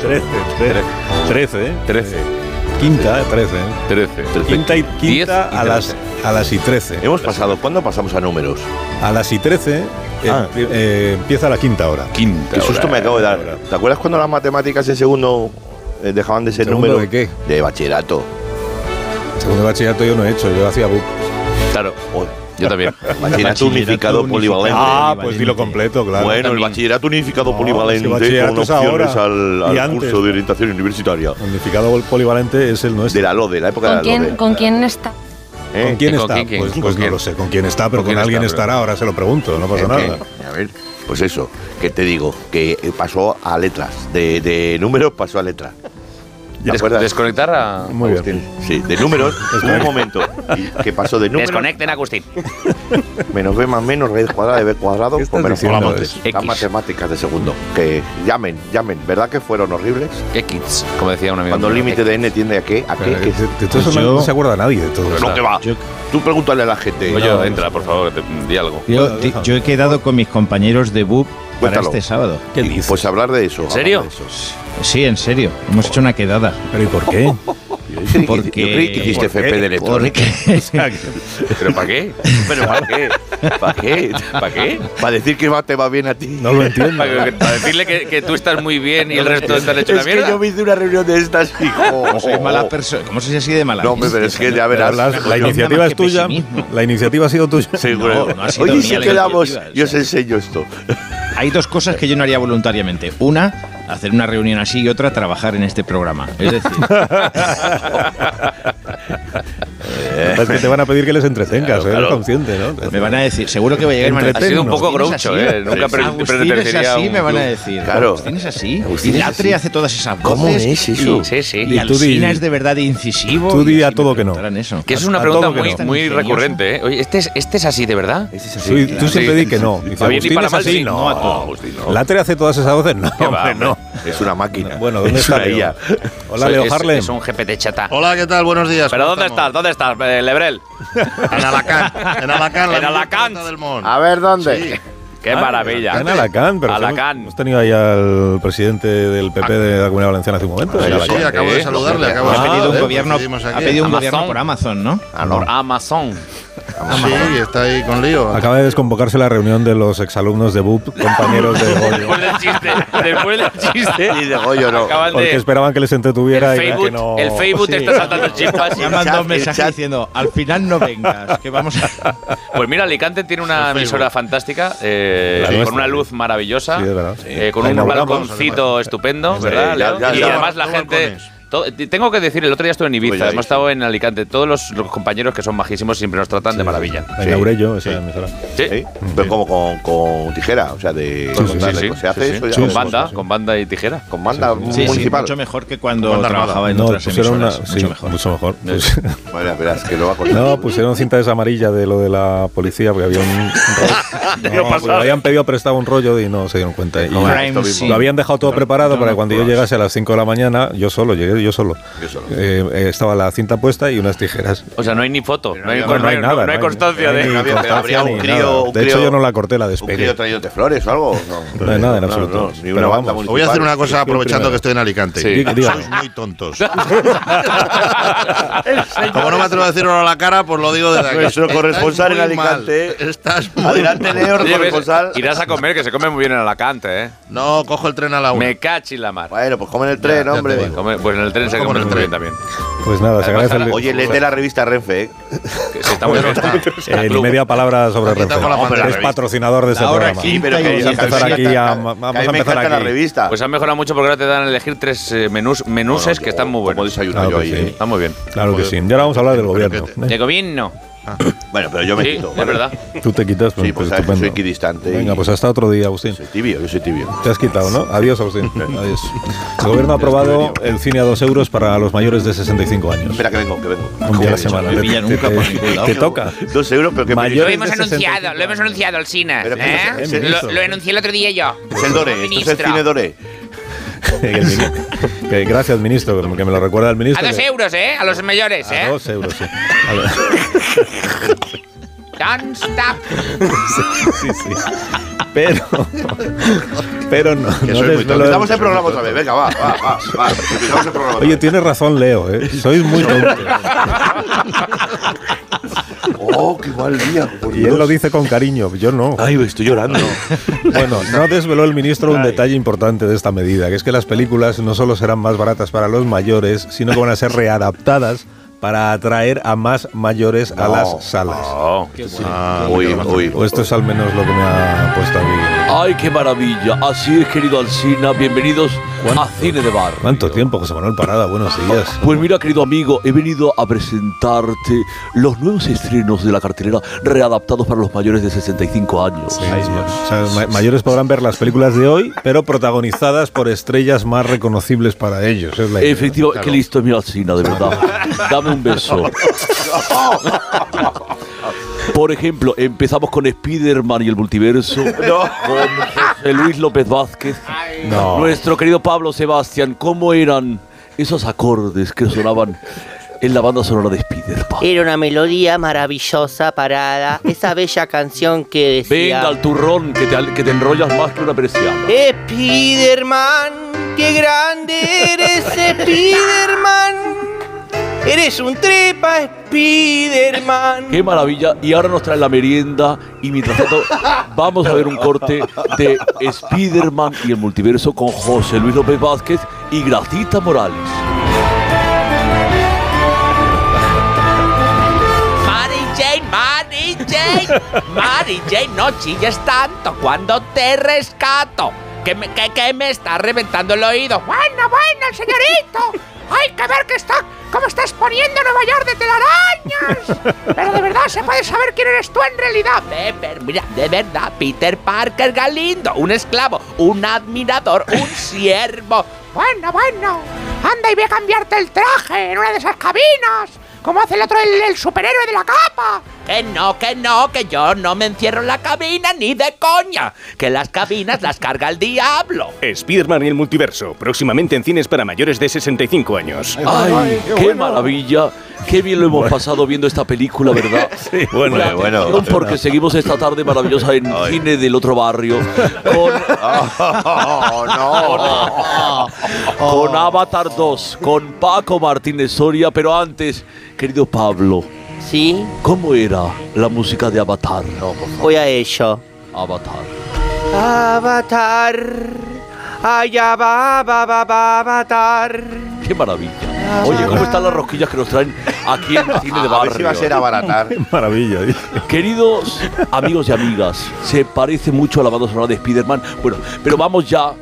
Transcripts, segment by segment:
13, 13, 13. eh, Quinta, 13. 13. Quinta y Eh, Diez quinta a las, a las y 13. Hemos pasado, ¿cuándo pasamos a números? A las y 13 Ah. eh, eh, empieza la quinta hora. Quinta. Qué susto hora. me acabo de dar. ¿Te acuerdas cuando las matemáticas en segundo eh, dejaban de ser ¿Segundo números? de qué? De bachillerato. Segundo de bachillerato yo no he hecho, yo hacía bu- Claro, Oh, yo también. bachillerato unificado polivalente. Ah, pues dilo completo, claro. bueno, el también. bachillerato unificado No, pues polivalente si bachillerato con es ahora. opciones al, Y al antes. curso de orientación universitaria. El unificado polivalente es el nuestro. De la LODE, la época de ¿Con la quién, LODE. ¿Con quién está? ¿Eh? ¿Con quién ¿Con está? quién, quién? pues ¿Con pues no quién? lo sé, con quién está, pero ¿Con con, quién alguien está, estará, ahora se lo pregunto, no pasa Eh, nada. que- a ver, pues eso, que te digo, que eh, pasó a letras. De, de números pasó a letras. ¿Te Des- acuerdas? desconectar a. Muy bien. Agustín, Sí, de números, hubo un momento y que pasó de números. Desconecten a Agustín. Menos B más menos, raíz cuadrada de B cuadrado, ¿Qué por menos estás diciendo? Montes. X. Las matemáticas de segundo. Que llamen, llamen. ¿Verdad que fueron horribles? X, como decía un amigo. Cuando el mío, límite de n tiende a qué, a qué, Pero, qué. eh, de, de todo eso no- Yo- no se acuerda nadie de todo eso. No, que va. Yo- Tú pregúntale a la gente. Ah, Oye, No, no entra, por favor, que te- di algo. Yo, Bueno, ti- déjame. yo he quedado con mis compañeros de BUP para Cuéntalo. este sábado. ¿Qué Y, dices? Pues hablar de eso. hablar serio? de eso. Sí, en serio. Hemos hecho una quedada. Pero ¿y por qué? Yo creí que- yo Porque- creí que hiciste ¿Por qué? FP de electrónica. ¿Pero para qué? ¿Pero para qué? ¿Para qué? ¿Para qué? Para decir que va- te va bien a ti. No lo entiendo. Para, que- para decirle que, que tú estás muy bien y el resto están hecho es una que mierda. yo me hice una reunión de estas y ¿Cómo soy mala persona? ¿Cómo soy así de mala? Oh, No, hombre, pero es que ya Pero verás. hablas- la yo- iniciativa más es que tuya, pesimismo. la iniciativa ha sido tuya. Seguro. No, no ha sido Oye, mía si la quedamos, iniciativa, o yo os sea. enseño esto. Hay dos cosas que yo no haría voluntariamente. Una, hacer una reunión así y otra, trabajar en este programa. Es decir, Es que te van a pedir que les entretengas, Claro, eres claro. consciente, ¿no? me van a decir, seguro que voy a llegar y me van a Ha decir, sido un poco "Agustín es groucho, así". Pues ¿eh? Nunca pre- Agustín es pertenecería a así, un me van a club. decir. Claro. Agustín es así. Agustín y es Latre así. hace todas esas voces. ¿Cómo es eso? Sí, Y sí. tú di- Alsina es de verdad incisivo. tú di y a así todo me que no. preguntaran eso. Que es A- una a pregunta todo que muy, no. muy Ingenioso. recurrente, ¿eh? Oye, ¿este es, este es así de verdad? Tú, tú siempre Sí. di que no. Dice, Para bien y Agustín para es mal, así, sí. no. No, a todo, Agustín, no. ¿Latre hace todas esas voces? No, Qué va, hombre, no. Es una máquina. Bueno, ¿dónde Es está una Leo? IA. Hola, Es- Leo es, Harlem. es un GPT chata. Hola, ¿qué tal? Buenos días. ¿Pero ¿cómo dónde estás? estamos? ¿Dónde estás, eh, Lebrel? En Alacant. En Alacant. la En mejor Alacant. puerta del mundo. A ver, ¿dónde? Sí. ¡Qué maravilla! Ah, En Alacant, pero si Alacant. hemos- Hemos tenido ahí al presidente del PP de la Comunidad Valenciana hace un momento. Ah, en Sí, Alacant. sí, acabo Eh, de saludarle. Acabo de ha pedido un saludarle, gobierno, coincidimos ha Ah, pues aquí. pedido un Amazon. gobierno por Amazon, ¿no? Ah, no. Amazon. Sí, está ahí con lío. Acaba de desconvocarse la reunión de los exalumnos de BUP, compañeros de Goyo. Después del chiste, después del chiste. Sí, de Goyo no. Acaban Porque de. esperaban que les El entretuviera y Facebook, que no. el Facebook te Sí. está saltando chispas. Me han mandado un mensaje chat. diciendo, al final no vengas, que vamos a... Pues mira, Alicante tiene una El emisora Facebook. fantástica, eh, La con nuestra, una sí. luz maravillosa, Sí, es verdad. Sí. eh, con Ahí un nos vamos, balconcito estupendo, Sí, ¿verdad? ya- Leo? ya- y ya. además la Dos gente... balcones. todo- te- tengo que decir, el otro día estuve en Ibiza, Pues ya hemos ves. estado en Alicante. Todos los, los compañeros que son majísimos siempre nos tratan de maravilla. En Sí. Laurello, Sí. esa emisora. Sí, ¿Eh? Pero como con, con tijera, o sea, de. Sí, sí, con- sí, pues ¿Se hace Pues sí, sí. eso? ya? con sí, banda, sí, sí. con banda y tijera. Con banda Sí, sí, municipal. mucho mejor que cuando Banda armada. trabajaba en No, otras pusieron una. emisoras. Sí, mucho mejor. Mucho mejor. Pues, Bueno, verás que no va a contar. No, pusieron cintas amarillas de lo de la policía porque había un. un rollo. No, porque le habían pedido prestado un rollo y no se dieron cuenta. Y No, Crime esto mismo. scene. Lo habían dejado todo No, preparado no, para no, cuando yo curras. llegase a las 5 de la mañana, yo solo, llegué yo solo. Yo solo. Eh, eh, estaba la cinta puesta y unas tijeras. O sea, no hay ni foto, no hay, No, no, no hay no- nada, no no hay hay- constancia no hay de... ni- Había- pero habría un ni crío. nada. un De hecho, crío- yo no la corté, la ¿Un despegué. crío trayéndote flores o algo? No, No, nada, en absoluto. no, ni una Pero banda vamos. municipal. Voy a hacer una cosa aprovechando que estoy en Alicante. Sí. Dí- dígame. Sois muy tontos. Como no me atrevo a decirlo a la cara, pues lo digo desde aquí. Nuestro Estás corresponsal muy en Alicante. mal. Estás muy Adelante, mal. Leo, Oye, ves, corresponsal. irás a comer, que se come muy bien en Alacante, ¿eh? No, cojo el tren a la una. Me cachi la mar. Ah, Bueno, pues comen el tren, Ya, ya hombre. te digo. Come- Pues en el tren se Como come en el muy bien tren. también. Pues nada, se Además, agradece el. Oye, léete la revista Renfe, ¿eh? Que sí, está muy bien. eh, ni media palabra sobre Aquí está Renfe. con la Hombre, pantalla es revista. patrocinador de ese La hora programa. aquí. pero pero que que- Vamos a empezar aquí a- vamos a que mí me empezar encanta la aquí. revista. Pues han mejorado mucho porque ahora te dan a elegir tres eh, menús, menuses que están muy Como buenos. desayuno yo Claro ahí, que sí. ¿eh? Está muy bien. Claro que sí. Y ahora vamos a hablar del gobierno. De gobierno. Bueno, pero yo me Sí, quito. es verdad. ¿eh? Tú te quitas, pues, Sí, pues sabes que estupendo. soy equidistante. Venga, y- pues hasta otro día, Agustín. Soy tibio, yo soy tibio. Te has quitado, ¿no? Adiós, Agustín. Adiós. El gobierno ha aprobado el cine a dos euros para los mayores de 65 años. Espera que vengo, que vengo. Un día a la semana. me pilla nunca por ningún lado. te toca. Dos euros, pero que me- Mayor- Mayores de 65. lo hemos anunciado, el SINA. Pero, pero, ¿eh, ministro? anuncié el otro día yo. Es el Dore, esto es el cine Dore. El ministro. Que gracias, ministro, que me- que me lo recuerda el ministro. que- euros, ¿eh? A los mayores, A dos euros, sí. A ver, Don't stop. sí, sí. Pero Pero no, Que no soy muy desvelo- tonto. Empezamos el programa otra vez, venga, va, va, va, va. Empezamos el programa. otra Oye, vez. tienes razón, Leo, ¿eh? Sois muy tontos. Oh, qué mal día. por Y él lo Dios. dice con cariño, yo no. Ay, estoy llorando. Bueno, no desveló el ministro un detalle importante de esta medida, que es que las películas no solo serán más baratas para los mayores, sino que van a ser readaptadas para atraer a más mayores a No. las salas. Oh. Ah, uy, uy. O esto es al menos lo que me ha puesto aquí. Ay, qué maravilla. Así es, querido Alsina. Bienvenidos a Cine de Bar. ¿Cuánto tiempo, José Manuel Parada? Buenos días. Pues mira, querido amigo, he venido a presentarte los nuevos estrenos de la cartelera readaptados para los mayores de 65 años. Sí, o sea, ma- mayores podrán ver las películas de hoy, pero protagonizadas por estrellas más reconocibles para ellos. Es la idea. Efectivamente, qué listo es mi Alsina, de verdad. Dame un beso. Por ejemplo, empezamos con Spider-Man y el multiverso, con José Luis López Vázquez, No. nuestro querido Pablo Sebastián. ¿Cómo eran esos acordes que sonaban en la banda sonora de Spider-Man? Era una melodía maravillosa parada, esa bella canción que Venga decía al turrón, que te, al- que te enrollas más que una persiana. Spiderman, qué grande eres Spiderman Eres un trepa Spiderman Qué maravilla. Y ahora nos trae la merienda y mientras tanto vamos a ver un corte de Spider-Man y el multiverso con José Luis López Vázquez y Gracita Morales. Mary Jane, Mary Jane. Mary Jane, no chilles tanto cuando te rescato. Que me, que, que me está reventando el oído. Bueno, bueno, señorito. Hay que ver que está, cómo estás poniendo Nueva York de telarañas. Pero de verdad se puede saber quién eres tú en realidad. De ver- mira, de verdad, Peter Parker Galindo. Un esclavo, un admirador, un siervo. Bueno, bueno. Anda y ve a cambiarte el traje en una de esas cabinas. ¿Cómo hace el otro el, el superhéroe de la capa? Que no, que no, que yo no me encierro en la cabina ni de coña. Que las cabinas las carga el diablo. Spider-Man y el multiverso, próximamente en cines para mayores de 65 años. ¡Ay, qué maravilla! Qué bien lo hemos pasado viendo esta película, ¿verdad? bueno, La bueno, atención, bueno. Porque seguimos esta tarde maravillosa en cine del otro barrio con Oh, no. con Avatar 2, con Paco Martínez Soria, pero antes, querido Pablo, Sí, ¿cómo era la música de Avatar? voy a ello Avatar. Avatar Ay, ah, aba- aba- aba- avatar Qué maravilla. Oye, ¿cómo están las rosquillas que nos traen aquí en Cine de A ver si va a ser Barrio? abaratar. Qué maravilla. ¿eh? dice. Queridos amigos y amigas, se parece mucho a la banda sonora de Spider-Man. Bueno, pero vamos ya a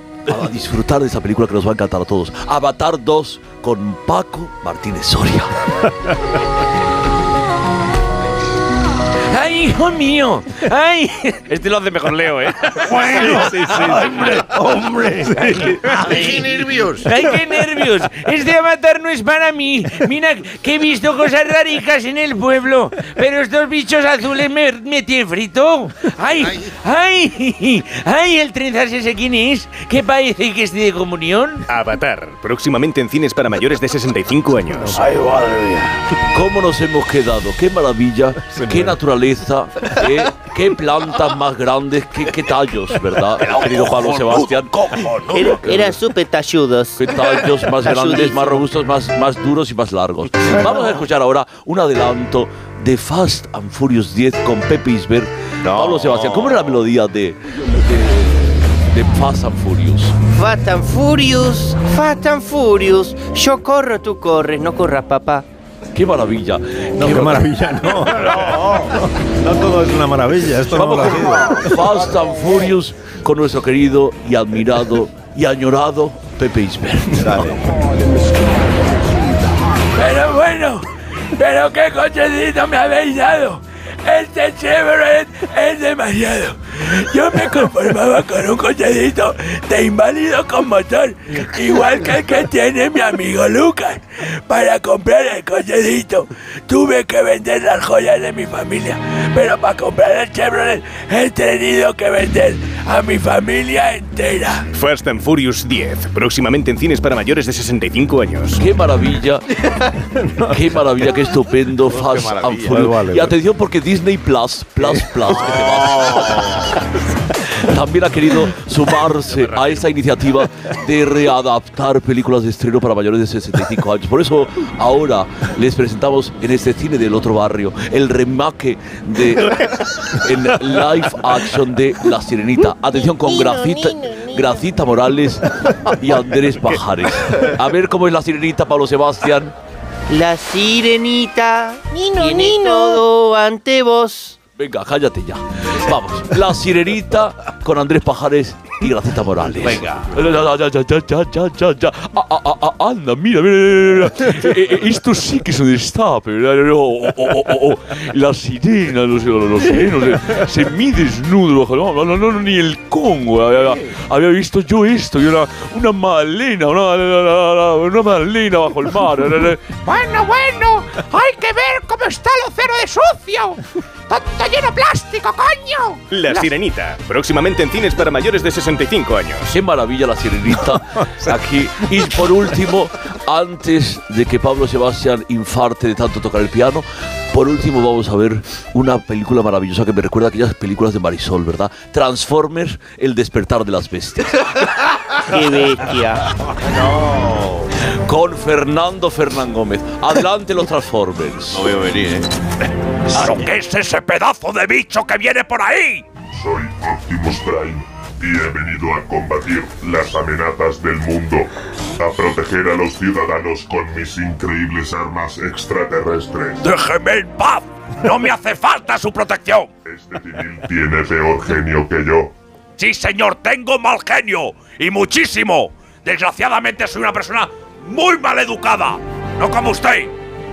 disfrutar de esa película que nos va a encantar a todos. Avatar 2 con Paco Martínez Soria. ¡Ay, hijo mío! ¡Ay! Este lo hace mejor Leo, ¿eh? ¡Qué nervios! ¡Ay, qué nervios! Este avatar no es para mí. Mira, que he visto cosas raricas en el pueblo. Pero estos bichos azules me, me tienen frito. ¡Ay! ¡Ay! ¡Ay! ¿El trenzas ese quién es? ¿Qué parece que esté de comunión? Avatar, próximamente en cines para mayores de 65 años. ¿Cómo nos hemos quedado? ¡Qué maravilla! ¡Qué naturaleza! eh, ¡Qué plantas más grandes! ¡Qué, qué tallos, verdad? Querido Pablo Sebastián. Era- Eran súper talludos ¡Qué tallos más grandes, más robustos, más, más duros y más largos! Vamos a escuchar ahora un adelanto de Fast and Furious 10 con Pepe Isber. Pablo Sebastián, ¿cómo era la melodía de, de, de Fast and Furious? Fast and Furious, Fast and Furious Yo corro, tú corres, no corras papá ¡Qué maravilla! No, qué maravilla, no. No todo es una maravilla. Esto no Vamos mola así. con Fast and Furious con nuestro querido y admirado y añorado Pepe Isber. Pero bueno, pero qué cochecito me habéis dado. Este Chevrolet es demasiado. Yo me conformaba con un cochecito de inválido con motor, igual que el que tiene mi amigo Lucas. Para comprar el cochecito tuve que vender las joyas de mi familia, pero para comprar el Chevrolet he tenido que vender a mi familia entera. Fast and Furious 10, próximamente en cines para mayores de 65 años. Qué maravilla, qué maravilla, qué estupendo Fast and maravilla. Furious. Vale, vale. Y atención porque Disney Plus, Plus, Plus, que te vas. también ha querido sumarse a esta iniciativa de readaptar películas de estreno para mayores de 65 años. Por eso ahora les presentamos en este cine del otro barrio el remake de en live action de La Sirenita. Atención con grafita. Gracita Morales y Andrés Pajares. A ver cómo es la sirenita, Pablo Sebastián. La sirenita Nino, tiene Nino. todo ante vos. Venga, cállate ya. Vamos, la sirenita con Andrés Pajares y Gracita Morales. Venga. Ya, ya, ya, ya, ya, ya, ya, ya. Ah, ah, ah, ah, anda, mira, mira, mira, mira. Eh, eh, esto sí que es un destape. ¿verdad? Oh, oh, oh, oh, oh. La sirena, los, los, los sirenos, eh, se mi desnudo. bajo- No, no, no, no, ni el Congo. Había, había visto yo esto. y una, una malena, una, una, una malena bajo el mar. Bueno, bueno, hay que ver cómo está el océano de sucio. Tanto lleno de plástico, coño. La Sirenita, próximamente en cines para mayores de 65 años. Qué maravilla la sirenita aquí. Y por último, antes de que Pablo Sebastián infarte de tanto tocar el piano, por último vamos a ver una película maravillosa que me recuerda a aquellas películas de Marisol, ¿verdad? Transformers, el despertar de las bestias. ¡Qué bestia! Con Fernando Fernán Gómez. Adelante los Transformers. No veo venir, ¿eh? ¿Pero qué es ese pedazo de bicho que viene por ahí? Soy Optimus Prime y he venido a combatir las amenazas del mundo, a proteger a los ciudadanos con mis increíbles armas extraterrestres. Déjeme en paz. No me hace falta su protección. Este civil tiene peor genio que yo. Sí, señor, tengo mal genio. Y muchísimo. Desgraciadamente soy una persona muy maleducada. No como usted.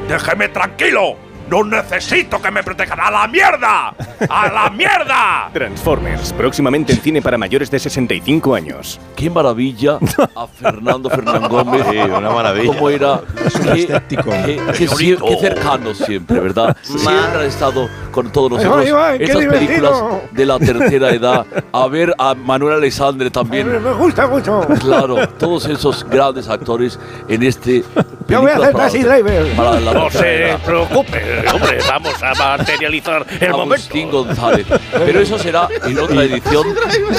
Déjeme tranquilo. No necesito que me protejan. ¡A la mierda! ¡A la mierda! Transformers, próximamente en cine para mayores de 65 años. Qué maravilla a Fernando Fernán Gómez. Sí, una maravilla. ¿Cómo era? Qué- escéptico. qué- qué sie- qué cercano siempre, ¿verdad? Siempre ha estado con todos nosotros Ay, ay, ay, qué estas divertido. películas de la tercera edad. A ver a Manuel Alexandre también. Me gusta mucho. Claro, todos esos grandes actores en este. Yo voy a película hacer para- Taxi Driver. Para la No tercera se edad. preocupe, hombre, vamos a materializar el momento. Agustín González. Pero eso será en otra edición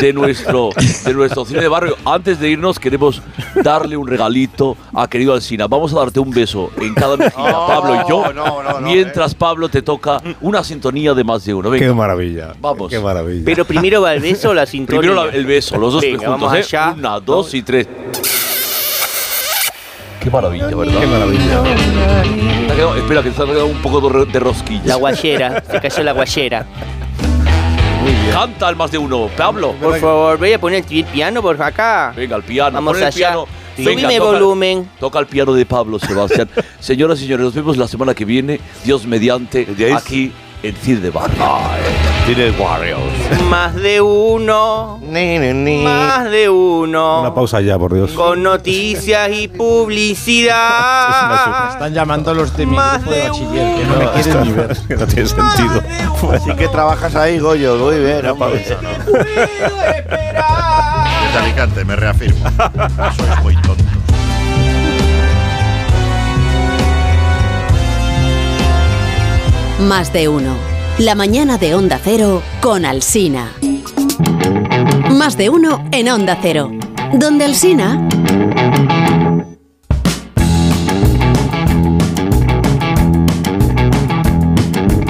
de nuestro, de nuestro cine de barrio. Antes de irnos, queremos darle un regalito a querido Alsina. Vamos a darte un beso en cada mejilla, Pablo y yo. no, no, no, mientras Pablo te toca una sintonía de más de uno. Venga, Qué maravilla. Vamos. Qué maravilla. Pero primero va el beso o la cintura. primero la- el beso, los dos Venga, juntos. vamos ¿eh? allá. Una, dos y tres. Qué maravilla, ¿verdad? Qué maravilla. Te ha quedado- espera, que te ha quedado un poco de ro- de La rosquilla. guayera, se cayó la guayera. Canta al más de uno, Pablo. Por favor, voy a poner el piano por acá. Venga, al piano. Vamos pon el allá. piano. Subime toca- volumen. Toca el piano de Pablo Sebastián. Señoras y señores, nos vemos la semana que viene, Dios mediante, Yes. aquí en Cid de Barrio. Tiene Warriors. Más de uno, más de Una uno. pausa ya, por Dios. Con noticias y publicidad. Están llamando los de mi Más grupo de de bachiller, que uno. no me quieren ni ver. que no tiene sentido. Así que trabajas ahí, Goyo. Muy bien, hombre. Puedo esperar. Es de Alicante, me reafirmo. Sois muy tontos. Más de uno. La mañana de Onda Cero con Alsina. Más de uno en Onda Cero. Donde Alsina.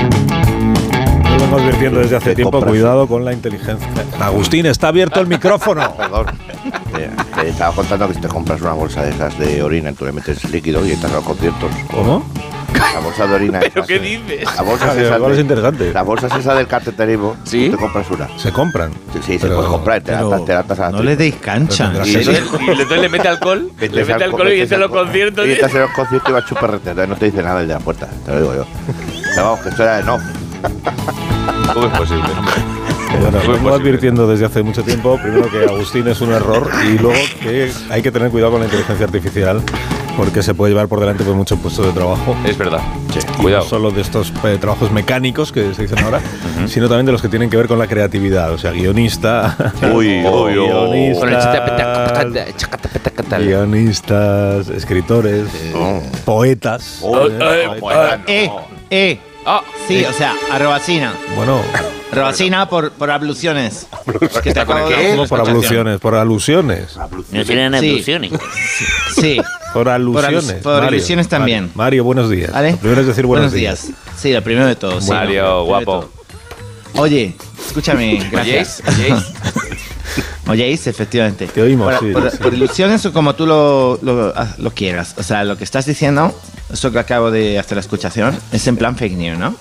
Lo vamos advirtiendo desde hace Te tiempo. compras. Cuidado con la inteligencia. Agustín, está abierto el micrófono. Perdón. Eh, Te estaba contando que si te compras una bolsa de esas de orina y tú le metes líquido y estás a los conciertos. ¿Cómo? La bolsa de orina. ¿Pero qué dices? La bolsa Ah, es de esa. verdad de- es interesante. La bolsa es esa del carteterismo. ¿Sí? Tú te compras una. Se compran. Sí, sí, se Pero- puede comprar. Te la atas- te la atas a la no tripa. le deis cancha. Pero Y- tendrás y- Y entonces le mete alcohol. Vete al co- vete al co- Y estás en los conciertos y vas chuparrete. No te dice nada el de la puerta, te lo digo yo. O sea, vamos, que esto era de no. ¿Cómo es posible? Bueno, Fue vengo posible. advirtiendo desde hace mucho tiempo, primero que Agustín es un error y luego que hay que tener cuidado con la inteligencia artificial porque se puede llevar por delante por muchos puestos de trabajo. Es verdad. Y no solo de estos eh, trabajos mecánicos que se dicen ahora, sino también de los que tienen que ver con la creatividad, o sea, guionista, Uy, uy, uy. Con el guionistas, guionistas, escritores, poetas. Oh, Eh, poetas. eh, poeta, no. Eh, eh. Ah, Sí, o sea, arrobacina. Bueno, Robacina por, por abluciones. que te acabo de ¿Cómo dar una por escuchación. abluciones? Por alusiones. No tienen Sí. abducciones. Sí. Por alusiones. alus- por alusiones también. Mario, Mario, buenos días. ¿Vale? Lo primero es decir buenos, días. Sí, lo primero de todo. sí, Mario, lo primero de guapo. todo. Oye, escúchame, gracias. ¿Oyéis? Oyéis, efectivamente. Te oímos, por, sí, por- sí. por ilusiones o como tú lo, lo- ah, lo quieras. O sea, lo que estás diciendo, eso que acabo de hacer la escuchación, es en plan fake news, ¿no?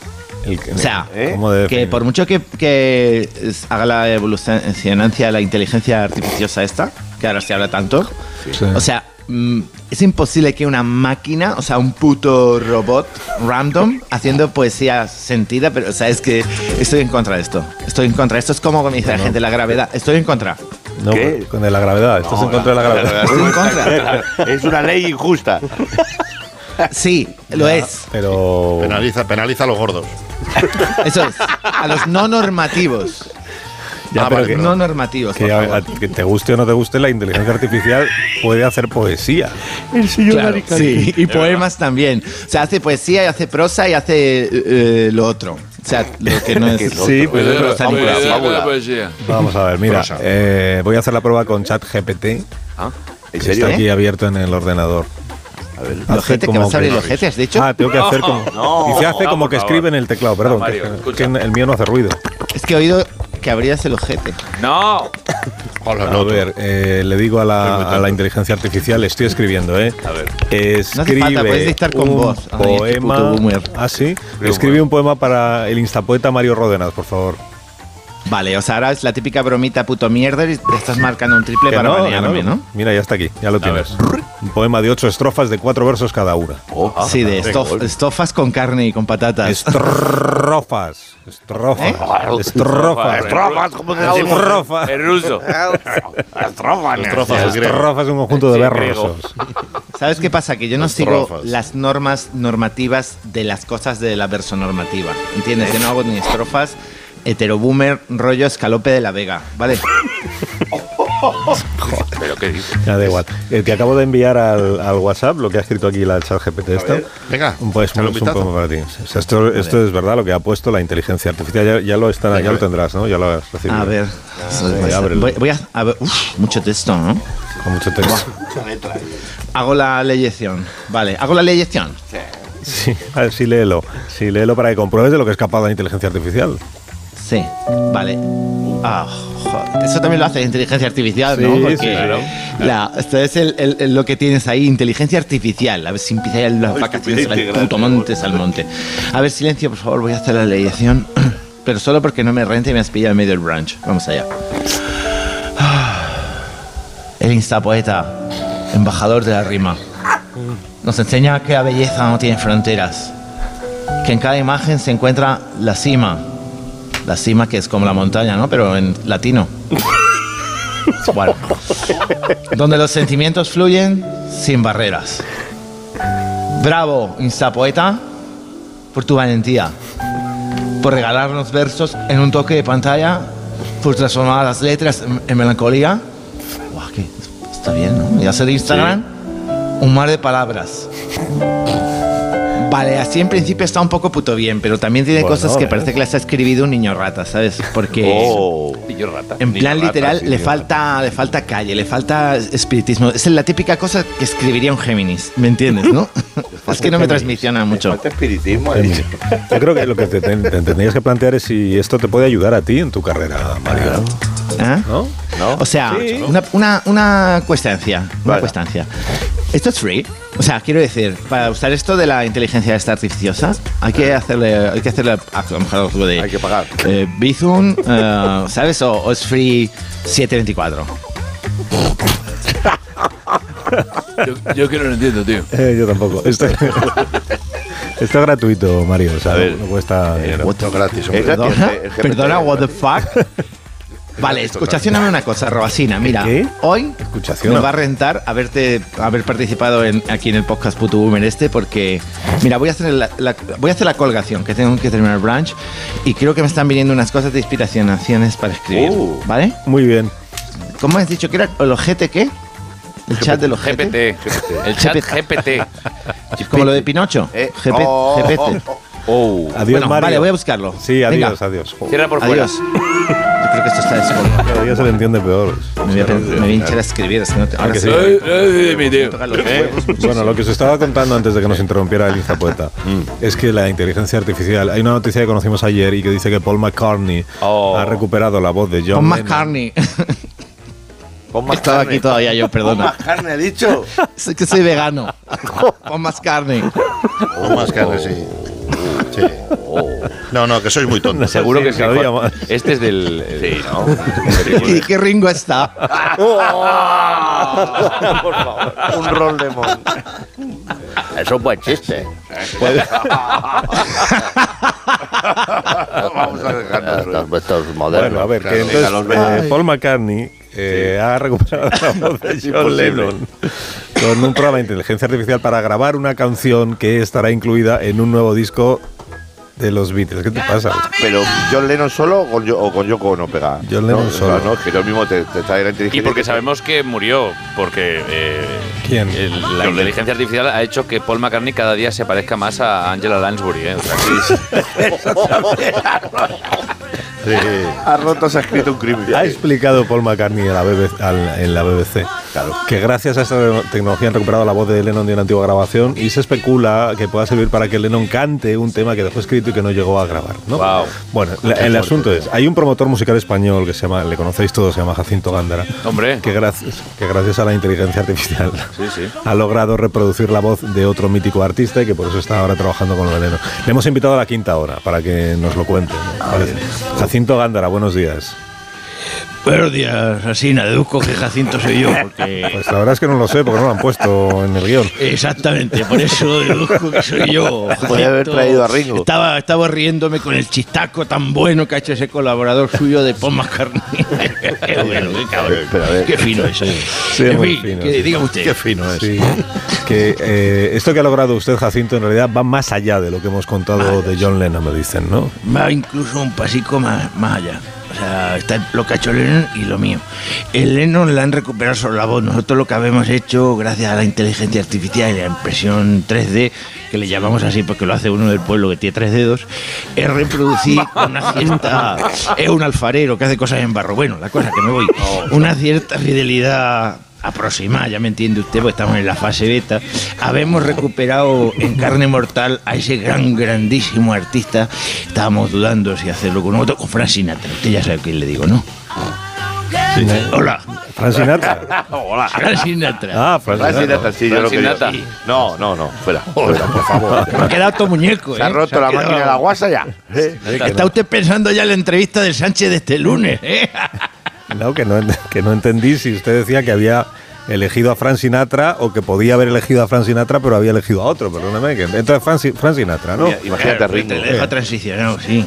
o sea, ¿eh? ¿Cómo de que por mucho que, que es- haga la evolucionancia de la inteligencia artificiosa esta, que ahora se habla tanto, Sí. o sea, mm, es imposible que una máquina, o sea, un puto robot random haciendo poesía sentida, pero o sea, es que estoy en contra de esto. Estoy en contra. Esto es como me dice la gente, eh, la gravedad. Estoy en contra. No, con de la gravedad. Estás en contra de la gravedad. Estoy en contra. Es una ley injusta. Ah, Sí, lo es. Pero. Penaliza, penaliza a los gordos. Eso es. A los no normativos. Ya, Ah, pero vale, que- no normativos. Que, por a- favor. a- que te guste o no te guste, la inteligencia artificial puede hacer poesía. El señor Aricari. sí, y poemas también. O sea, hace poesía y hace prosa y hace eh, eh, lo otro. O sea, lo que no es. Sí, pues lo que eso no es está ni fábula, claro. fábula. Vamos a ver, mira, Prosa. eh, voy a hacer la prueba con ChatGPT. que Ah, serio? eh? Está aquí abierto en el ordenador. A ver, Lojete, que vas a abrir lojete, ¿has dicho? Ah, tengo que hacer como. No, dice hace no, como por que favor. escribe en el teclado, perdón. No, Mario, que- que, el mío no hace ruido. Es que he oído que abrías el ojete. ¡No! a ver, eh, le digo a la, a la inteligencia artificial, estoy escribiendo, ¿eh? A ver. No hace Escribe falta, puedes dictar con un voz. Ay, este puto Poema. boomer. Este ah, sí. Escribe un poema para el instapoeta Mario Ródenas, por favor. Vale, o sea, ahora es la típica bromita puto mierda y te estás marcando un triple Que para no, banearme, que ¿no? Mira, ya está aquí, ya lo tienes. Un poema de ocho estrofas de cuatro versos cada una. sí, de estof- estofas con carne y con patatas. Estrofas. Estrofas. Estrofas. ¿Eh? Estrofas, ¿cómo se dice? Estrofas. En ruso. Estrofas. Estrofas. en griego. Estrofas es un conjunto de Sí, en versos. ¿Sabes qué pasa? Que yo no Las sigo trofas. las normas normativas de las cosas de la versonormativa. ¿Entiendes? Yo no hago ni estrofas, heteroboomer, rollo escalope de la vega, ¿vale? ¿Pero qué dices? Ya da igual. Eh, te acabo de enviar al, al WhatsApp lo que ha escrito aquí la chat GPT. Esto. Venga, Pues dale un es un vistazo. poema para ti. O sea, esto, esto es verdad lo que ha puesto la inteligencia artificial. Ya, ya lo, estará, ya lo tendrás, ¿no? Ya lo has recibido. A ver. Eh, ábrelo. voy, voy a, a ver. uf, mucho texto, ¿no? Con mucho texto. Hago la leyección. Vale, hago la leyección. Sí, a ver, sí, léelo. Sí, léelo para que compruebes de lo que es capaz la inteligencia artificial. Sí, vale. Ah, joder. Eso también lo hace la inteligencia artificial, ¿no? Sí, Porque sí, claro. la- esto es el- el- el- lo que tienes ahí, inteligencia artificial. A ver si empieza ya las vacaciones, empieza a el puto montes al monte. A ver, silencio, por favor, voy a hacer la leyección. Pero solo porque no me renta y me has pillado en medio del brunch. Vamos allá. El instapoeta, embajador de la rima, nos enseña que la belleza no tiene fronteras, que en cada imagen se encuentra la cima, la cima que es como la montaña, ¿no? Pero en latino. Bueno. Donde los sentimientos fluyen sin barreras. Bravo, Instapoeta, por tu valentía, por regalarnos versos en un toque de pantalla, por transformar las letras en, en melancolía. Buah, que está bien, ¿no? Y hacer Instagram un mar de palabras. Vale, así en principio está un poco puto bien, pero también tiene Bueno, cosas que eh. Oh. parece que las ha escribido un niño rata, ¿sabes? Porque... Niño rata. En Niño plan rata, literal, sí, le niño rata. falta, le falta calle, le falta espiritismo. Es la típica cosa que escribiría un Géminis, ¿me entiendes, no? es que no me transmisiona mucho. espiritismo, eh. he dicho. Yo creo que lo que te, te- te tendrías que plantear es si esto te puede ayudar a ti en tu carrera, Mario. ¿Ah? ¿No? O sea, Sí. una, una, una cuestancia, una cuestancia. Esto es free. O sea, quiero decir, para usar esto de la inteligencia esta artificiosa, hay que hacerle, hay que hacerle ah, a lo mejor algo de... Hay que pagar. Bizum, eh, ¿sabes? O, o es free 724. Yo, yo que no lo entiendo, tío. Eh, yo tampoco. Esto, esto es gratuito, Mario. O sea, no cuesta. Eh, dinero. Eh, Perdona, perdona, what the fuck. Vale, escuchacióname una cosa, Robasina. Mira, hoy Escuchación. me va a rentar haberte, haber participado en- aquí en el podcast Puto Boomer este porque, mira, voy a, hacer la, la- voy a hacer la colgación, que tengo que terminar el brunch y creo que me están viniendo unas cosas de inspiración, acciones para escribir, Oh. Uh. ¿vale? Muy bien. ¿Cómo has dicho que era? ¿El ojete qué? ¿El chat del ojete? GPT. El chat GPT. Como lo de Pinocho. Eh, Jepe- oh, Jepete. oh, oh. Oh. Adiós, Bueno, Mario. vale, voy a buscarlo. Sí, adiós, Venga. adiós. Cierra por fuera. Adiós. Yo creo que esto está descolgado. Cada día se le entiende peor. Me voy a, pe- me voy a hinchar a escribir. es que no te- ahora Aunque sí. sí. Tocar los huevos. Bueno, lo que os estaba contando antes de que nos interrumpiera el Poeta Mm. es que la inteligencia artificial. Hay una noticia que conocimos ayer y que dice que Paul McCartney Oh. ha recuperado la voz de John. Con más Lennon. carne. Estaba aquí todavía yo, perdona. carne, ha dicho. Sé que soy vegano. Pon más carne. O más carne, sí. Sí. No, no, que sois muy tontos. Seguro que sí, Juan. todavía más. Este es del. Sí, ¿no? ¿Y qué Ringo está? Por favor. Un rol de mon. Eso es buen chiste. Vamos a dejarnos estos modernos. Bueno, a ver, que Claro, entonces, déjalos eh, ver. Paul McCartney eh, ha recuperado la voz de Es John imposible. Lennon con un programa de inteligencia artificial para grabar una canción que estará incluida en un nuevo disco de los Beatles. ¿Qué te pasa? Pero John Lennon solo o con, yo, o con Yoko no pega. John Lennon No, solo. No, que yo mismo te, te trae la inteligencia. Y porque sabemos que murió, porque eh, ¿Quién? el- la inteligencia artificial ha hecho que Paul McCartney cada día se parezca más a Angela Lansbury. ¿eh? O sea, que- Ha roto, se ha escrito un crimen. Ha explicado Paul McCartney a la BBC al- en la BBC que gracias a esta tecnología han recuperado la voz de Lennon de una antigua grabación y se especula que pueda servir para que Lennon cante un tema que dejó escrito y que no llegó a grabar. ¿no? Bueno, la- el asunto es, hay un promotor musical español que se llama, le conocéis todos, se llama Jacinto Gándara, Hombre. que gracias, que gracias a la inteligencia artificial Sí, sí. ha logrado reproducir la voz de otro mítico artista y que por eso está ahora trabajando con lo de Lennon. Le hemos invitado a la quinta hora para que nos lo cuente. ¿no? Ah, Vale. Jacinto Gándara, buenos días. Buenos días, Asina. Deduzco que Jacinto soy yo. Porque... Pues la verdad es que no lo sé porque no lo han puesto en el guión. Exactamente, por eso deduzco que soy yo. Podía haber Jacinto. traído a Ringo. Estaba, estaba riéndome con el chistaco tan bueno que ha hecho ese colaborador suyo de Paul McCartney. qué bueno, qué cabrón. Qué fino eso. Sí, En muy fin, fino. que diga usted. Sí. Que eh, esto que ha logrado usted, Jacinto, en realidad va más allá de lo que hemos contado de John Lennon, me dicen, ¿no? Va incluso un pasico más, más allá. O sea, está lo que ha hecho Lennon y lo mío. El Lennon la han recuperado sobre la voz. Nosotros lo que habemos hecho, gracias a la inteligencia artificial y la impresión 3D, que le llamamos así porque lo hace uno del pueblo que tiene tres dedos, es reproducir con una cierta. Es un alfarero que hace cosas en barro. Bueno, la cosa que me voy. Una cierta fidelidad aproximada, ya me entiende usted, porque estamos en la fase beta, habemos recuperado en carne mortal a ese gran, grandísimo artista. Estábamos dudando si hacerlo con otro, con Frank Sinatra. Usted ya sabe quién le digo, ¿no? Eh, Hola. Frank Sinatra. Hola. Frank Sinatra. Ah, Frank Frank Sinatra, sí, yo lo quería. Sí. No, no, no, fuera, fuera, por favor. Me ha quedado todo muñeco, Se ha ¿eh? roto Se ha la quedado- máquina de la guasa ya. Eh, Está usted pensando ya en la entrevista del Sánchez de este lunes, ¿eh? No, que no, que no entendí si usted decía que había elegido a Frank Sinatra o que podía haber elegido a Frank Sinatra pero había elegido a otro, perdóname. Que, entonces Frank, Si- Frank Sinatra, ¿no? Claro, Te deja transicionado, sí.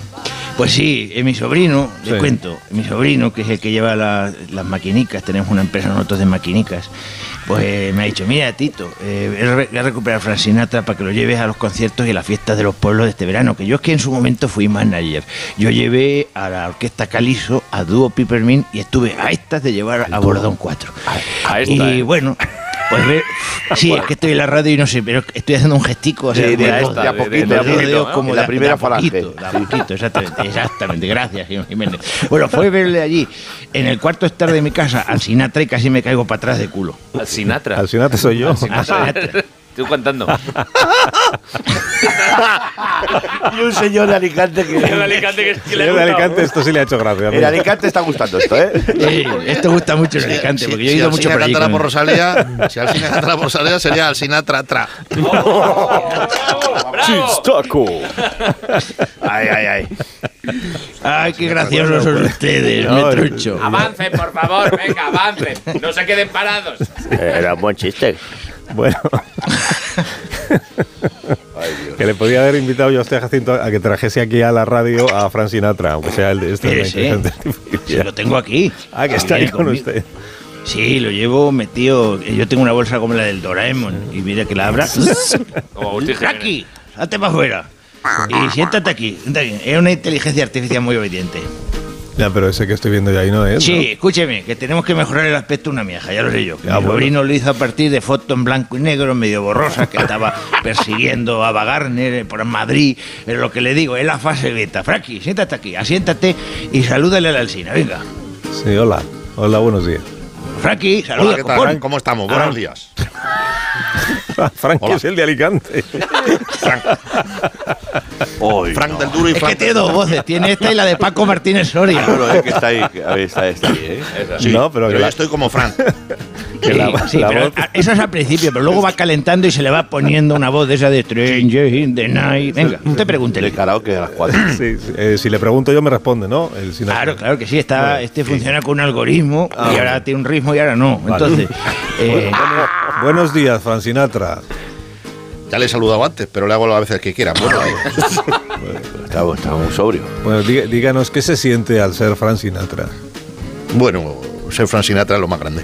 Pues sí, eh, mi sobrino, le Sí. cuento, mi sobrino, que es el que lleva la- las maquinicas, tenemos una empresa nosotros de maquinicas, pues eh, me ha dicho, mira Tito, eh, he re- voy a recuperar a Frank Sinatra para que lo lleves a los conciertos y a las fiestas de los pueblos de este verano, que yo es que en su momento fui manager. Yo llevé a la orquesta Calizo, a Dúo Peppermint y estuve a estas de llevar a Bordón 4. A esta, y ¿eh? bueno, pues ve- sí, es que estoy en la radio y no sé, pero estoy haciendo un gestico, o sea, Sí, de con a los- esta, de a con los poquito, de a dedos poquito, ¿no? En como de la a- de primera a poquito, falange. de a poquito, exactamente, exactamente. Gracias, señor Jiménez. Bueno, fue verle allí, en el cuarto estar de mi casa, al Sinatra y casi me caigo para atrás de culo. Al Sinatra. Al Sinatra soy yo. Al Sinatra. Estoy contando. Y un señor de Alicante que. El Alicante que es que le Señor de gusta. Alicante, esto sí le ha hecho gracia. El Alicante está gustando esto, ¿eh? Sí, esto gusta mucho en Alicante, porque yo he ido mucho Alsina por allí. cantara con- por Rosalía, si Alsina cantara por Rosalía, sería Alsina tra tra. Chistaco. Ay, ay, ay. Ay, qué graciosos son ustedes, me trucho. Avancen, por favor, venga, avancen. No se queden parados. Era un buen chiste. Bueno. que le podía haber invitado yo a usted, Jacinto, a que trajese aquí a la radio a Frank Sinatra, aunque sea el de este. Mire, sí. Sí, ¿eh? lo tengo aquí. Ah, que está Viene ahí con conmigo. usted. Sí, lo llevo metido. eh, Yo tengo una bolsa como la del Doraemon. Y mira que la abra. Oh, aquí, hazte para afuera. Y siéntate aquí. siéntate aquí. Es una inteligencia artificial muy obediente. Ya, pero ese que estoy viendo ya ahí no es. Sí, escúcheme, que tenemos que mejorar el aspecto de una mieja, ya lo sé yo. Mi sobrino lo hizo a partir de fotos en blanco y negro, medio borrosa, que estaba persiguiendo a Bagarner eh, por Madrid. Es lo que le digo, es la fase beta. Frankie, siéntate aquí, asiéntate y salúdale a la alcina, venga. ¿no? Sí, hola. Hola, buenos días. Frankie, saluda. Hola, ¿qué tal, Fran? ¿Cómo estamos? Buenos días. Frank Ah, es el de Alicante. Frank del Duro y es Frank que tiene dos voces, tiene esta y la de Paco Martínez Ah, Soria. Pero es que está ahí, que- a ver, está, está ahí, ¿eh? Esa. Sí, No, pero que yo la- estoy como Frank. Sí, sí, pero a- eso es al principio, pero luego va calentando y se le va poniendo una voz de esa de Stranger in the Night. Venga, usted pregúntele. karaoke a las cuatro. Sí, sí. Eh, si le pregunto yo me responde, ¿no? El sin- Claro, claro que sí, está, este funciona con un algoritmo Ah, y bueno. ahora tiene un ritmo y ahora no. Vale. Entonces, eh, Bueno, buenos días, Fran Sinatra. Ya le he saludado antes, pero le hago las veces que quiera. Bueno, Está, está muy sobrio. Bueno, dí- díganos qué se siente al ser Fran Sinatra. Bueno, ser Frank Sinatra es lo más grande.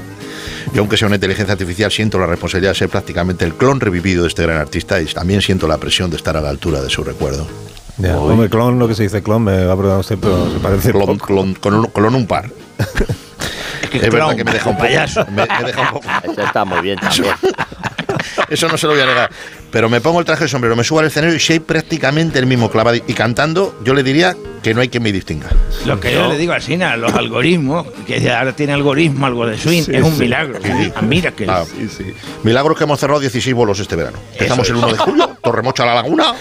Yo, aunque sea una inteligencia artificial, siento la responsabilidad de ser prácticamente el clon revivido de este gran artista y también siento la presión de estar a la altura de su recuerdo. Ya, hombre, clon, lo que se dice clon, me va a perdonar usted, pero se parece Clon, poco. clon- con, un, con un par. es, es verdad que me deja un poco- me- me deja un poco Eso está muy bien también. Eso no se lo voy a negar. Pero me pongo el traje de sombrero, me subo al escenario y soy prácticamente el mismo clavado. Y cantando, yo le diría que no hay quien me distinga. lo que yo le digo a Sina, los algoritmos, que ahora tiene algoritmo, algo de swing, Sí, es un sí. milagro. Sí. Ah, Mira que Ah, Milagros que hemos cerrado 16 bolos este verano. Empezamos es. el 1 de julio, Torremocha a la Laguna.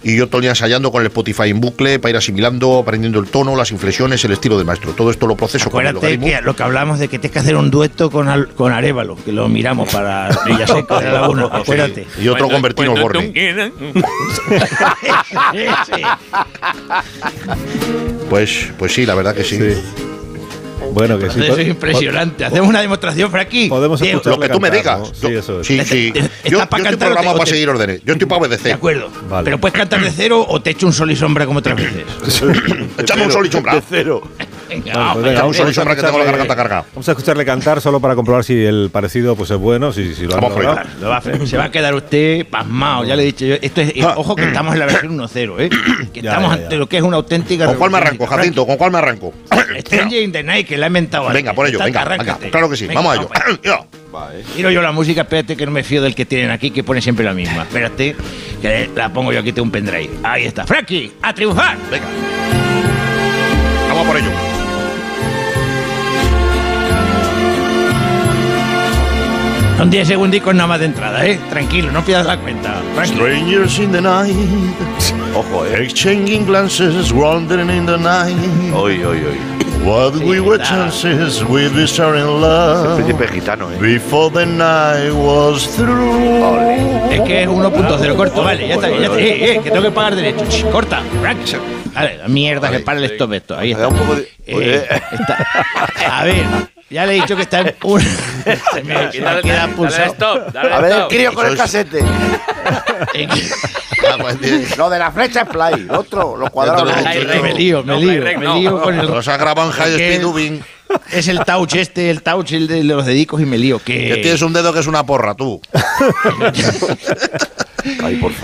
Y yo todo el día ensayando con el Spotify en bucle para ir asimilando, aprendiendo el tono, las inflexiones, el estilo del maestro. Todo esto lo proceso con el Acuérdate logaritmo. que lo que hablamos de que tienes que hacer un dueto con, Al- con Arevalo, que lo miramos para Villaseca de la Laguna, acuérdate. Sí, Y otro convertino el Borne. ¿eh? Pues, pues sí, la verdad que sí. Bueno, que sí. Eso es impresionante. Hacemos una demostración, Frankie. Podemos Diego, Lo que tú me digas. Yo- Sí, sí. Yo, yo para cantar estoy o te- programado o para te- seguir órdenes. Yo estoy para obedecer. De acuerdo. Pero puedes cantar de cero o te echo un sol y sombra como otras veces. Échame un sol y sombra. De cero. Bueno, pues venga, vamos a escucharle- Vamos a escucharle cantar solo para comprobar si el parecido pues, es bueno, si, si lo han Vamos a logrado. probar. Lo va a hacer. se va a quedar usted pasmado, ya le he dicho yo. Esto es, eh, ojo que estamos en la versión 1.0, ¿eh? Que Ah. Ya, estamos ya, ya. ante lo que es una auténtica. ¿Con cuál me arranco, Jacinto? ¿Con cuál me arranco? Stranger in the Night, que la he inventado Venga, antes. por ello, Está- venga, arráncate. venga, claro que sí, Venga, vamos a ello. para allá. Tiro yo la música, espérate que no me fío del que tienen aquí, que pone siempre la misma. Espérate, que la pongo yo aquí, tengo un pendrive. Ahí está. Frankie, a triunfar. Venga. Vamos por ello. Son 10 segundicos nada más de entrada, ¿eh? Tranquilo, no pierdas la cuenta. Strangers in the night. Ojo, eh. Exchanging glances, wandering in the night. Oy, oy, oy. What we were chances, we'd be sharing Ah. love. Príncipe gitano, eh. Before the night was through. Es que es 1.0 corto, vale, ya está bien, ya está. Eh, eh, que tengo que pagar derecho. Ch, corta, Frankie. Vale, la mierda, que para el stop esto. Ahí está. Eh, está. A ver, ya le he dicho que está en un. se me, se me Dale, queda dale, pulsado. dale stop, dale A ver, eh, stop. el crío con el casete. Eh, Ah, pues, Lo de la flecha es play. Otro, los cuadrados. me lío, me lío, me lío con el. Los ha grabado en High que Speed es- Dubbing. Es el touch este, el touch el de los dedicos y me lío. Que, Que tienes un dedo que es una porra, tú.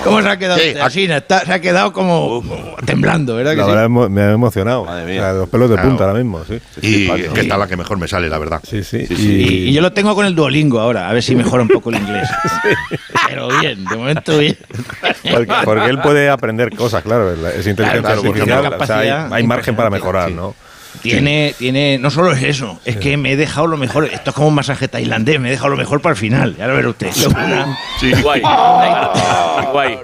¿Cómo se ha quedado? Sí, usted, Asina? Está- se ha quedado como temblando, ¿verdad? Que La sí? verdad emo- me ha emocionado. O sea, los pelos de Claro. punta ahora mismo, sí. Y que está la que mejor me sale, la verdad. Sí, sí. Y, y yo lo tengo con el Duolingo ahora, a ver si mejora un poco el inglés. Pero bien, de momento bien. Porque, porque él puede aprender cosas, claro. es la- Es inteligencia Claro, porque tiene artificial. una o sea, hay, capacidad hay margen para mejorar, ¿no? Tiene, tiene, no solo es eso, es que me he dejado lo mejor. Esto es como un masaje tailandés, me he dejado lo mejor para el final, ya lo verá usted. Esto es una- Sí, guay. Ah, Ah, guay.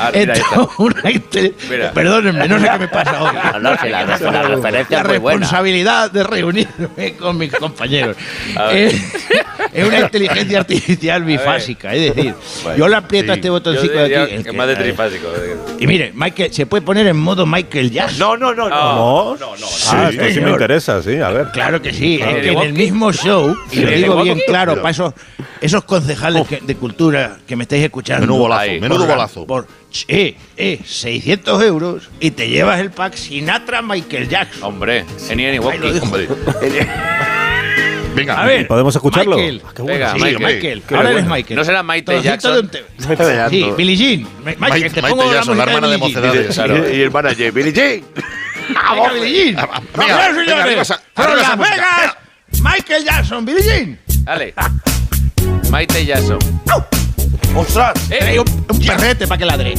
Ah, mira, ahí está. esto es una inte- Mira. Perdónenme, no sé qué me pasa hoy. No, no, si la, la referencia La es muy buena. responsabilidad de reunirme con mis compañeros. Eh, Es, una inteligencia artificial bifásica, es decir, yo le aprieto a este botoncito Yo de diría aquí. el que que- más de ahí. trifásico. eh. Y mire, Michael, ¿se puede poner en modo Michael Jackson? No, no, no, no. no, no. Ah, esto sí me interesa, sí, a ver. Claro que sí, Claro. es que en el mismo show, y lo Sí. digo bien Sí. claro, Pero- para esos, esos concejales que- de cultura que me estáis escuchando. Menudo bolazo, Ahí. menudo por- bolazo. Por, eh, eh, 600 euros y te llevas el pack Sinatra Michael Jackson. Hombre, en Ian y Ahí lo Walkie. dejo. Venga, A ver, ¿Podemos escucharlo? Michael. Ah, Venga, Sí, Michael. Michael. Qué Ahora bueno. eres Michael. No será Michael Trocito Jackson. de un tema. Me está pegando. Sí, Billie Jean. Ma- Michael, Mike- te Michael pongo la Jackson, la música hermana de Billie Jean. Mocedades, claro. Y, y el manager, Billy Jean. ¡A vos, Billie Jean! venga, ¡Arriba, venga, arriba esa- ¡Por arriba esa Las música. Vegas! ¡Michael Jackson, Billie Jean! Dale. Maite Jackson. ¡Ostras! Eh, un, un perrete para que ladre.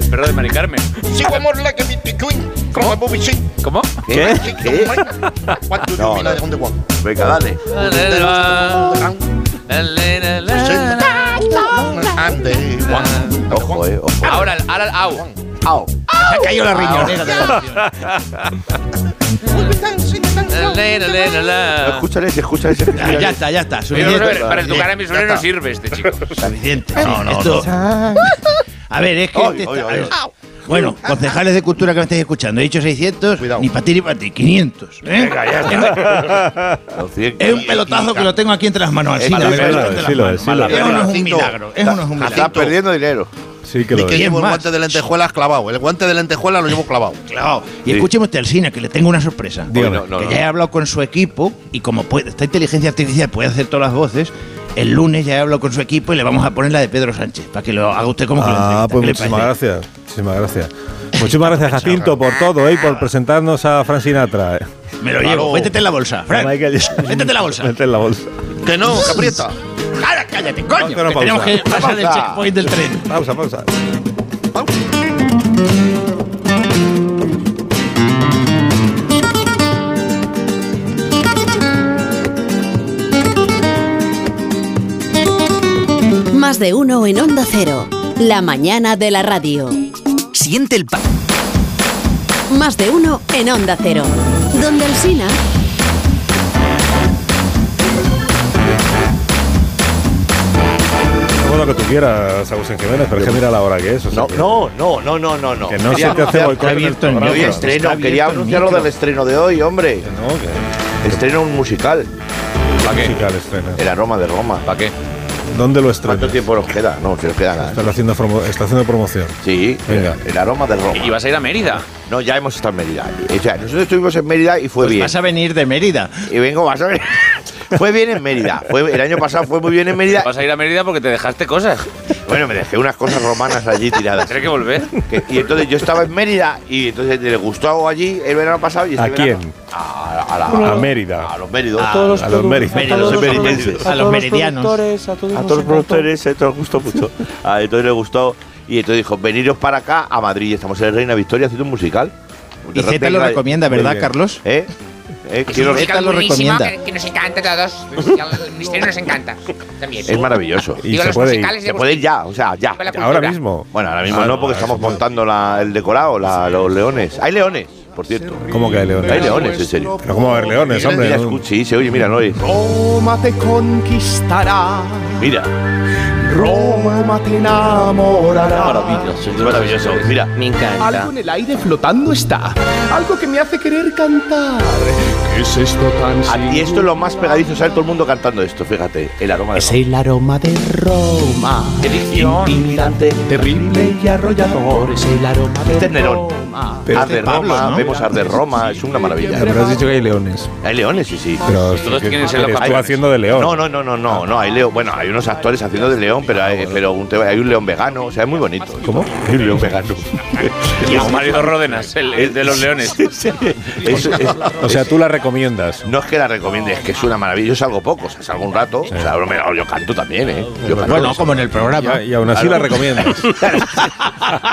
El perro de Mari Carmen. See one more like a bit between. Como a Bobby Sheen. ¿Cómo? ¿Qué? ¿Qué? What do you No, mean no. I don't want? Venga, dale. I'm the one. Ojo, eh, ojo. Ahora, el- ahora el au. Au. Se ha caído la riñonera de la Escúchale, ese, escúchale, ese. Ya, ya está, ya está. Pero, Suficiente. pero, Para tu cara a mi Ya sobrino no está. sirve este chico. Suficiente. No, no, Esto- no. A ver, es que. este está- a ver. Bueno, concejales de cultura que me estáis escuchando, he dicho 600, ni para ti ni para ti, 500. ¿eh? Venga, ya está. Es un pelotazo que lo tengo aquí entre las manos. Es así, la malo, verdad, es malo, entre las sí lo manos. es, sí lo Es uno es un Jacinto, milagro. Es uno es un Jacinto, milagro. Está perdiendo dinero. Sí que Ni lo que es. llevo el más. guante de lentejuelas clavado. El guante de lentejuelas lo llevo clavado. Claro. Y Sí. escúcheme usted al cine, que le tengo una sorpresa. Dígame. No, no, que no. ya he hablado con su equipo y como puede, esta inteligencia artificial puede hacer todas las voces, el lunes ya he hablado con su equipo y le vamos a poner la de Pedro Sánchez, para que lo haga usted como que lo Ah, entrevista. pues ¿Qué le muchísimas parece? gracias. Muchísimas gracias. Muchísimas gracias, Jacinto, por todo ¿eh? y por presentarnos a Fran Sinatra. Me lo llevo. Métete en la bolsa, Fran. Métete en la bolsa. Mete en la bolsa. Que no, que aprieta. Ahora cállate, coño. Vamos a una que tenemos que pausa. pasar el Pausa. checkpoint del tren. Pausa, pausa. Más de uno en Onda Cero. La mañana de la radio. Siente el pa. Más de uno en Onda Cero. Donde el Sina. Haz lo que tú quieras, Agustín Jiménez, pero es que mira la hora que es. o sea No, que- no, no, no, no, no, no. Que no se te hace boicot en el programa. Hoy Está estreno, abierto quería el anunciar lo micro. del estreno de hoy, hombre. No, que Estreno este un musical. ¿Para qué? musical estrena. El aroma de Roma. ¿Para qué? ¿Dónde lo estrenas? ¿Cuánto tiempo nos queda? No, se nos queda nada. Está haciendo, promo- está haciendo promoción. Sí, Venga. el aroma de Roma. ¿Y vas a ir a Mérida? No, ya hemos estado en Mérida. O sea, nosotros estuvimos en Mérida y fue Pues bien. vas a venir de Mérida. Y vengo, vas a ver. fue bien en Mérida. Fue, el año pasado fue muy bien en Mérida. Vas a ir a Mérida porque te dejaste cosas. Bueno, me dejé unas cosas romanas allí tiradas. Tienes que volver. Que- y entonces yo estaba en Mérida y entonces le gustó allí el verano pasado. Y este ¿A verano- quién? A, a la- A Mérida. a los méridos. A todos los A los produ- méridos. a todos los méridenses. A los meridianos. a todos A todos los productores, esto les gustó mucho. A entonces les gustó. Y entonces dijo, veniros para acá, a Madrid. Estamos en el Reina Victoria haciendo un musical. Y De Z repente lo nadie- recomienda, Muy ¿verdad, bien. Carlos? ¿Eh? ¿Eh? Es Quiero- un musical Esta lo Buenísimo, recomienda. Que, que nos encanta a todos. Y al misterio nos encanta. También. Es maravilloso. Digo, los musicales de Eh, Se puede ir ya, o sea, ya. Con la cultura. Ahora mismo. Bueno, ahora mismo Ah, no, porque no, estamos montando la- el decorado, la- los leones. Hay leones, por cierto. ¿Cómo que hay leones? Hay leones, en serio. Pero ¿cómo va a haber leones, hombre? Mira, No- escucha, y se oye, mira, no oye. Roma te conquistará, Mira, Roma te enamorará. es maravilloso. Mira, Me encanta. Algo en el aire flotando está, algo que me hace querer cantar. ¿Qué es esto tan y esto es lo más pegadizo, sale todo el mundo cantando esto, fíjate, el aroma de Es el aroma de Roma. Intimidante, terrible y arrollador. Es el aroma de Este es Nerón. Roma. Arde Roma, vemos Arde Roma, es una maravilla. Pero has dicho que hay leones. Hay leones, sí, sí. Pero sí, que- quieren ser los que estuvo campeones. haciendo de león. No, no, no, no, no, no, hay león. Bueno, hay unos actores haciendo de león, pero hay, pero un, tema- hay un león vegano, o sea, es muy bonito. ¿Cómo? Hay un león vegano. Y a Mario Ródenas, el, el de los leones. Es- es- O sea, tú la recomiendas. no es que la recomiende, es que es una maravilla. Yo salgo poco, o sea, salgo un rato, o sea, no me- yo canto también, ¿eh? Yo canto. Bueno, como en el programa. Y, y aún así la Claro. recomiendas.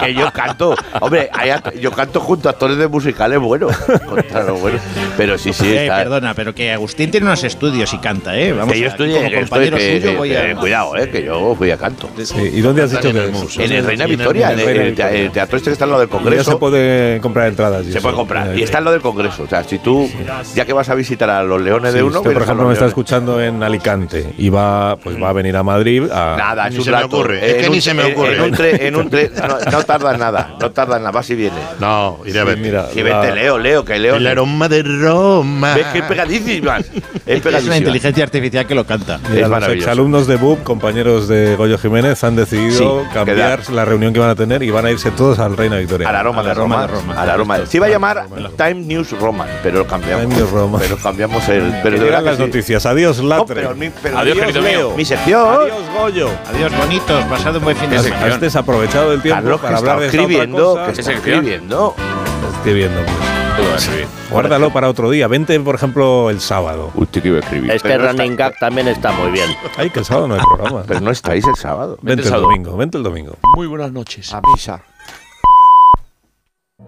que yo canto. Hombre, hay act- yo canto junto a actores de musicales buenos. Contra los buenos. Pero sí, sí, Eh, está. perdona, pero que Agustín tiene unos estudios y canta, ¿eh? Vamos que yo a- aquí estoy, como compañero suyo voy a... cuidado, eh, que yo voy a canto. Sí, ¿Y dónde has dicho que es? En el Reina Victoria, en el, Reina el te- Victoria. el teatro este que está en lo del Y Ya se Congreso. puede comprar entradas. y Se eso. puede comprar. Eh, Y está en lo del Congreso. O sea, si tú, ya que vas a visitar a los leones sí, de uno, usted, por vienes a ejemplo, los me está leones. escuchando en Alicante y va, pues va a venir a Madrid a. Nada, Ni es un se me rato. ocurre, es En que un- ni se me en- ocurre. En un tren, en un tren- no, no tarda en nada, no tarda en nada, vas y vienes. No, iré a Sí, ver. mira, Sí, vete, la- Leo, Leo, que Leo- El aroma de Roma. ¿Ves que es pegadísima? Es Es pegadísima. una inteligencia artificial que lo canta. Mira, los maravilloso. exalumnos de BUP, compañeros de Goyo Jiménez, han decidido Sí, cambiar la reunión que van a tener y van a irse todos al Reina Victoria. Al aroma, de, Roma, Al aroma. de- Se iba a llamar Time News Roman, pero lo cambiamos. Time News Roman. Pero cambiamos el. Que Pero de llegan verdad las que sí. noticias. Adiós, No, Latre. pero mi- pero adiós, Leo. Mi sección. Adiós, Goyo. Adiós, bonitos. Pasado un buen fin de Has, semana. has desaprovechado el tiempo Carlos, que para está hablar de esta otra escribiendo, cosa. que está escribiendo. Escribiendo, pues. Guárdalo para otro día. Vente, por ejemplo, el sábado. Usted que iba a escribir. Es que Running Gag también está muy bien. Ay, que el sábado no hay programa. Pero no estáis el sábado. Vente el domingo, vente el domingo. Muy buenas noches. A misa.